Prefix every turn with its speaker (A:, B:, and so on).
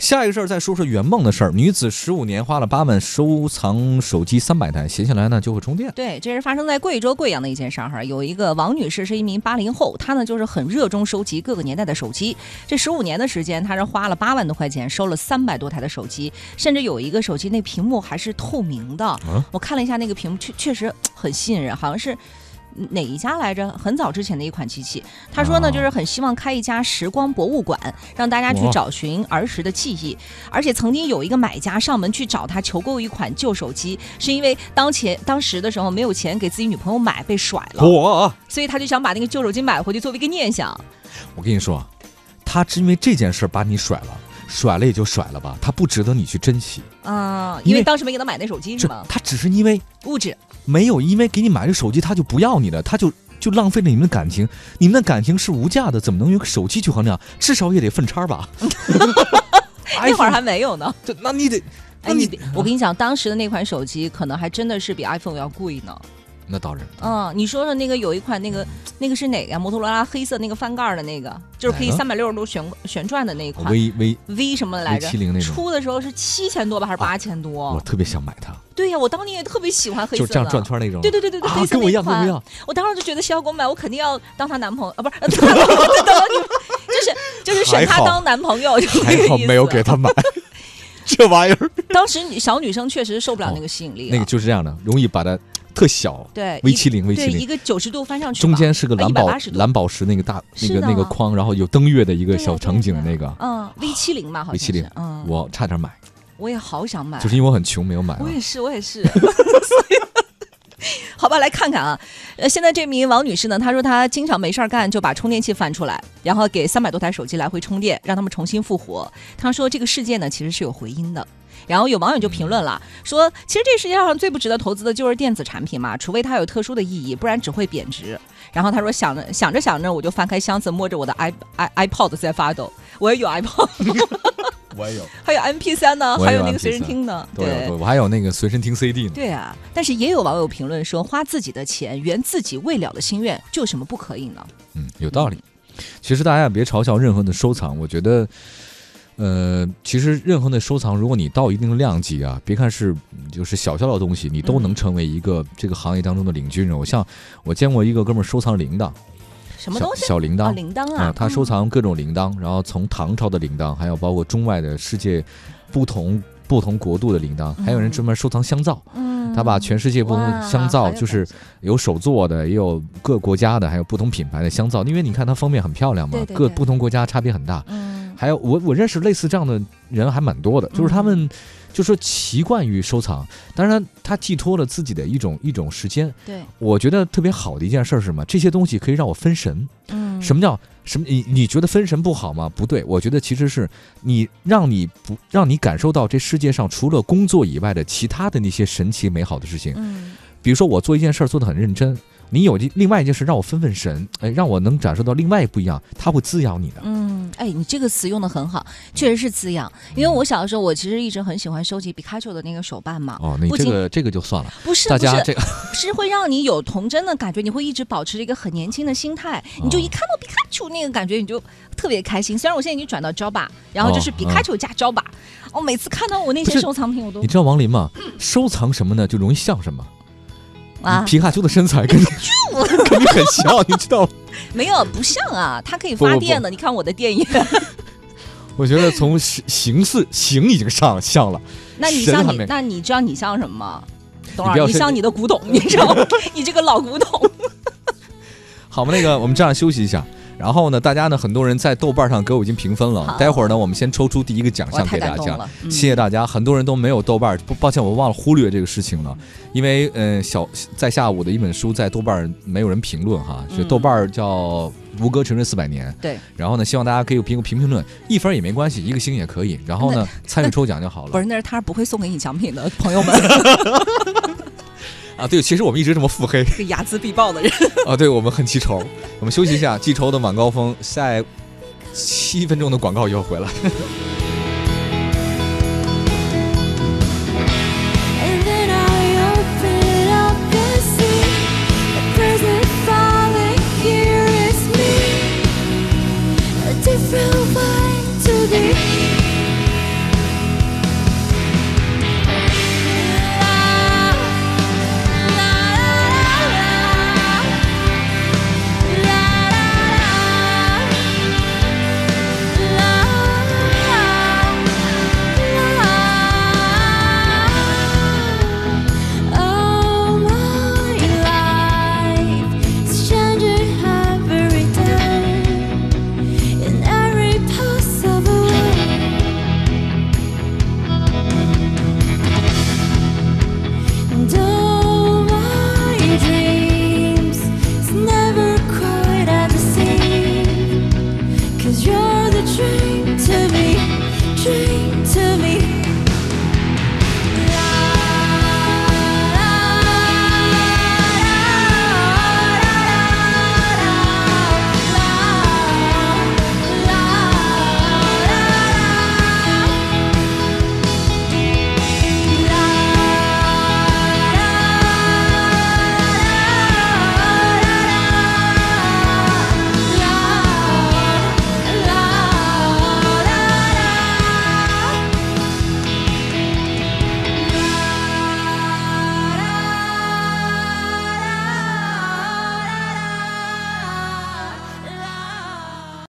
A: 下一个事儿，再说说圆梦的事儿。女子十五年花了八万收藏手机三百台，闲下来呢就会充电。
B: 对，这是发生在贵州贵阳的一件事儿哈。有一个王女士是一名八零后，她呢就是很热衷收集各个年代的手机。这十五年的时间，她是花了八万多块钱收了三百多台的手机，甚至有一个手机那屏幕还是透明的。
A: 嗯
B: 我看了一下那个屏幕，确确实很吸引人，好像是。哪一家来着？很早之前的一款机器。她说呢，
A: 哦
B: 就是很希望开一家时光博物馆，让大家去
A: 哇
B: 找寻儿时的记忆。而且曾经有一个买家上门去找他求购一款旧手机，是因为当前当时的时候没有钱给自己女朋友买，被甩了，
A: 我，
B: 所以他就想把那个旧手机买回去作为一个念想。
A: 我跟你说，他只因为这件事儿把你甩了，甩了也就甩了吧，他不值得你去珍惜。
B: 嗯，
A: 因
B: 因
A: 为
B: 为当时没给他买那手机是
A: 这
B: 吗？
A: 他只是因为
B: 物质，
A: 没有因为给你买这手机，他就不要你了，他就就浪费了你们的感情。你们的感情是无价的，怎么能用手机去衡量？至少也得分叉吧。
B: 那会
A: iPhone
B: 儿还没有呢。
A: 这，那你得，哎那
B: 哎，你
A: 你
B: 别我跟你讲，当时的那款手机可能还真的是比 iPhone 要贵呢。
A: 那当然，
B: 嗯，你说说那个有一款那个那个是哪个呀？摩托罗拉黑色那个翻盖儿的那个，就是可以
A: 哪个
B: 三百六十度旋旋转的那一款
A: v V，
B: V 什么来着？
A: V70 那种
B: 出的时候是七千多吧，还是八千多？
A: 我特别想买它，
B: 对呀、我当年也特别喜欢黑色
A: 就
B: 的，
A: 是这样转圈那种。
B: 对对对对对，
A: 啊
B: 黑，色
A: 跟
B: 那
A: 我一样，跟
B: 款
A: 我一 样。
B: 我当时就觉得，谁要给我买，我肯定要当她男朋友啊，不是， 呃当当当女，就是就是选
A: 还
B: 她
A: 好
B: 当男朋友，就是这个意思。
A: 他买。这玩意儿，
B: 当时女小女生确实受不了
A: 哦
B: 那个吸引力、
A: 那个就是这样的，容易把它特小
B: 对
A: ，V
B: 一
A: 七零 V 七
B: 哎对一
A: 零，
B: 个九十度翻上去吧，
A: 中间是个
B: 啊
A: 蓝宝
B: 180度
A: 蓝宝石那个大那
B: 是
A: 个
B: 的
A: 那个框，然后有登月的一
B: 对
A: 个
B: 呀
A: 小场景的那，
B: 对
A: 个
B: 呀，对呀嗯，V 七零吧，好像是
A: V70，
B: 嗯，我
A: 我差点买，
B: 我也好想买，
A: 就是因为我很穷没有买嘛
B: 我。也是，我 也是。所以 好吧，来看看啊，呃，现在这名王女士呢，她说她经常没事儿干就把充电器翻出来，然后给三百多台手机来回充电，让他们重新复活。她说这个世界呢其实是有回音的。然后有网友就评论了，说其实这世界上最不值得投资的就是电子产品嘛，除非它有特殊的意义，不然只会贬值。然后他说想着想着想着，我就翻开箱子，摸着我的 i i iPod 在发抖，我也有 iPod，
A: 我也有，
B: 还有 MP 3呢，
A: 我也有
B: 还有那个随身
A: MP3
B: 听呢，
A: 都有，都有我还有那个随身听 CD 呢。
B: 对啊，但是也有网友评论说，花自己的钱圆自己未了的心愿，这有什么不可以呢？
A: 嗯，有道理。其实大家也别嘲笑任何的收藏，我觉得，呃，其实任何的收藏，如果你到一定的量级啊，别看是嗯就是小小的东西，你
B: 嗯
A: 都能成为一个这个行业当中的领军人物。像我见过一个哥们儿收藏铃铛，
B: 什么
A: 小
B: 东西？
A: 小铃铛
B: 啊，铃铛
A: 啊、
B: 啊，
A: 他收
B: 嗯
A: 藏各种铃铛，然后从唐朝的铃铛，还有包括中外的世界不同不同国度的铃铛，还有人专门收藏香皂。
B: 嗯
A: 他把全世界不同的
B: 哇
A: 香
B: 好
A: 皂，
B: 有
A: 就是有手做的，也有各国家的，还有不同品牌的香皂。因为你看它封面很漂亮嘛
B: 对，对
A: 各
B: 对
A: 不同国家差别很大。
B: 嗯，
A: 还有我我认识类似这样的人还蛮多的，就是他
B: 嗯
A: 们就说习惯于收藏，当然他寄托了自己的一种一种时间。
B: 对，
A: 我觉得特别好的一件事儿是什么？这些东西可以让我分神。
B: 嗯，
A: 什么叫什么？你你觉得分神不好吗？不对，我觉得其实是你让你不让你感受到这世界上除了工作以外的其他的那些神奇美好的事情。
B: 嗯，
A: 比如说我做一件事儿做得很认真，你有一另外一件事让我分分神，哎，让我能感受到另外不一样，它会滋养你的。
B: 嗯，哎，你这个词用的很好，确实是滋养。因为我小的时候，我其实一直很喜欢收集皮卡丘的那个手办嘛，
A: 哦，那
B: 不
A: 这
B: 仅
A: 个这个就算了，
B: 不是，嗯
A: 大
B: 不
A: 家
B: 是，
A: 这个
B: 是会让你有童真的感觉，你会一直保持着一个很年轻的心态，你
A: 哦
B: 就一看到皮卡丘那个感觉，你就特别开心。虽然我现在已经转到 Java，然后就是
A: 哦
B: 皮卡丘加 Java，我每次看到我那
A: 不
B: 些
A: 是
B: 收藏品，我都
A: 你知道王林吗？收藏什么呢，就容易像什么。
B: 啊
A: 皮卡丘的身材 跟你跟你很像，你知道吗？
B: 没有不像啊，它可以
A: 不
B: 发
A: 不不
B: 电的。你看我的电影，
A: 我觉得从形形似形已经上像了。
B: 那你
A: 神
B: 像
A: 还
B: 你
A: 没，
B: 那你知道你像什么吗？董
A: 你不
B: 老师，
A: 要
B: 你
A: 生
B: 像
A: 气
B: 你的 古董，你知道吗？你这个老古董。
A: 好吧，那个我们这样休息一下。然后呢，大家呢，很多人在豆瓣上给我已经评分了
B: 好。
A: 待会儿呢，我们先抽出第一个奖
B: 我
A: 项
B: 太
A: 给
B: 感
A: 大
B: 动
A: 家。
B: 了，嗯
A: 谢谢大家，很多人都没有豆瓣儿，不抱歉，我忘了忽略这个事情了，因为呃，小在下午的一本书在豆瓣儿没有人评论哈，
B: 嗯
A: 就豆瓣儿叫《吴哥承认四百年》，
B: 对，
A: 然后呢，希望大家可以评评评论，一分儿也没关系，一个星也可以，然后呢， 参与抽奖就好
B: 不
A: 了
B: 是，那是他不会送给你奖品的，朋 友们，
A: 啊。对，其实我们一直这么腹黑
B: 这睚眦必报的人。
A: 啊，对我们很记仇，我们休息一下，记仇的晚高峰在七分钟的广告以后回来。
C: 我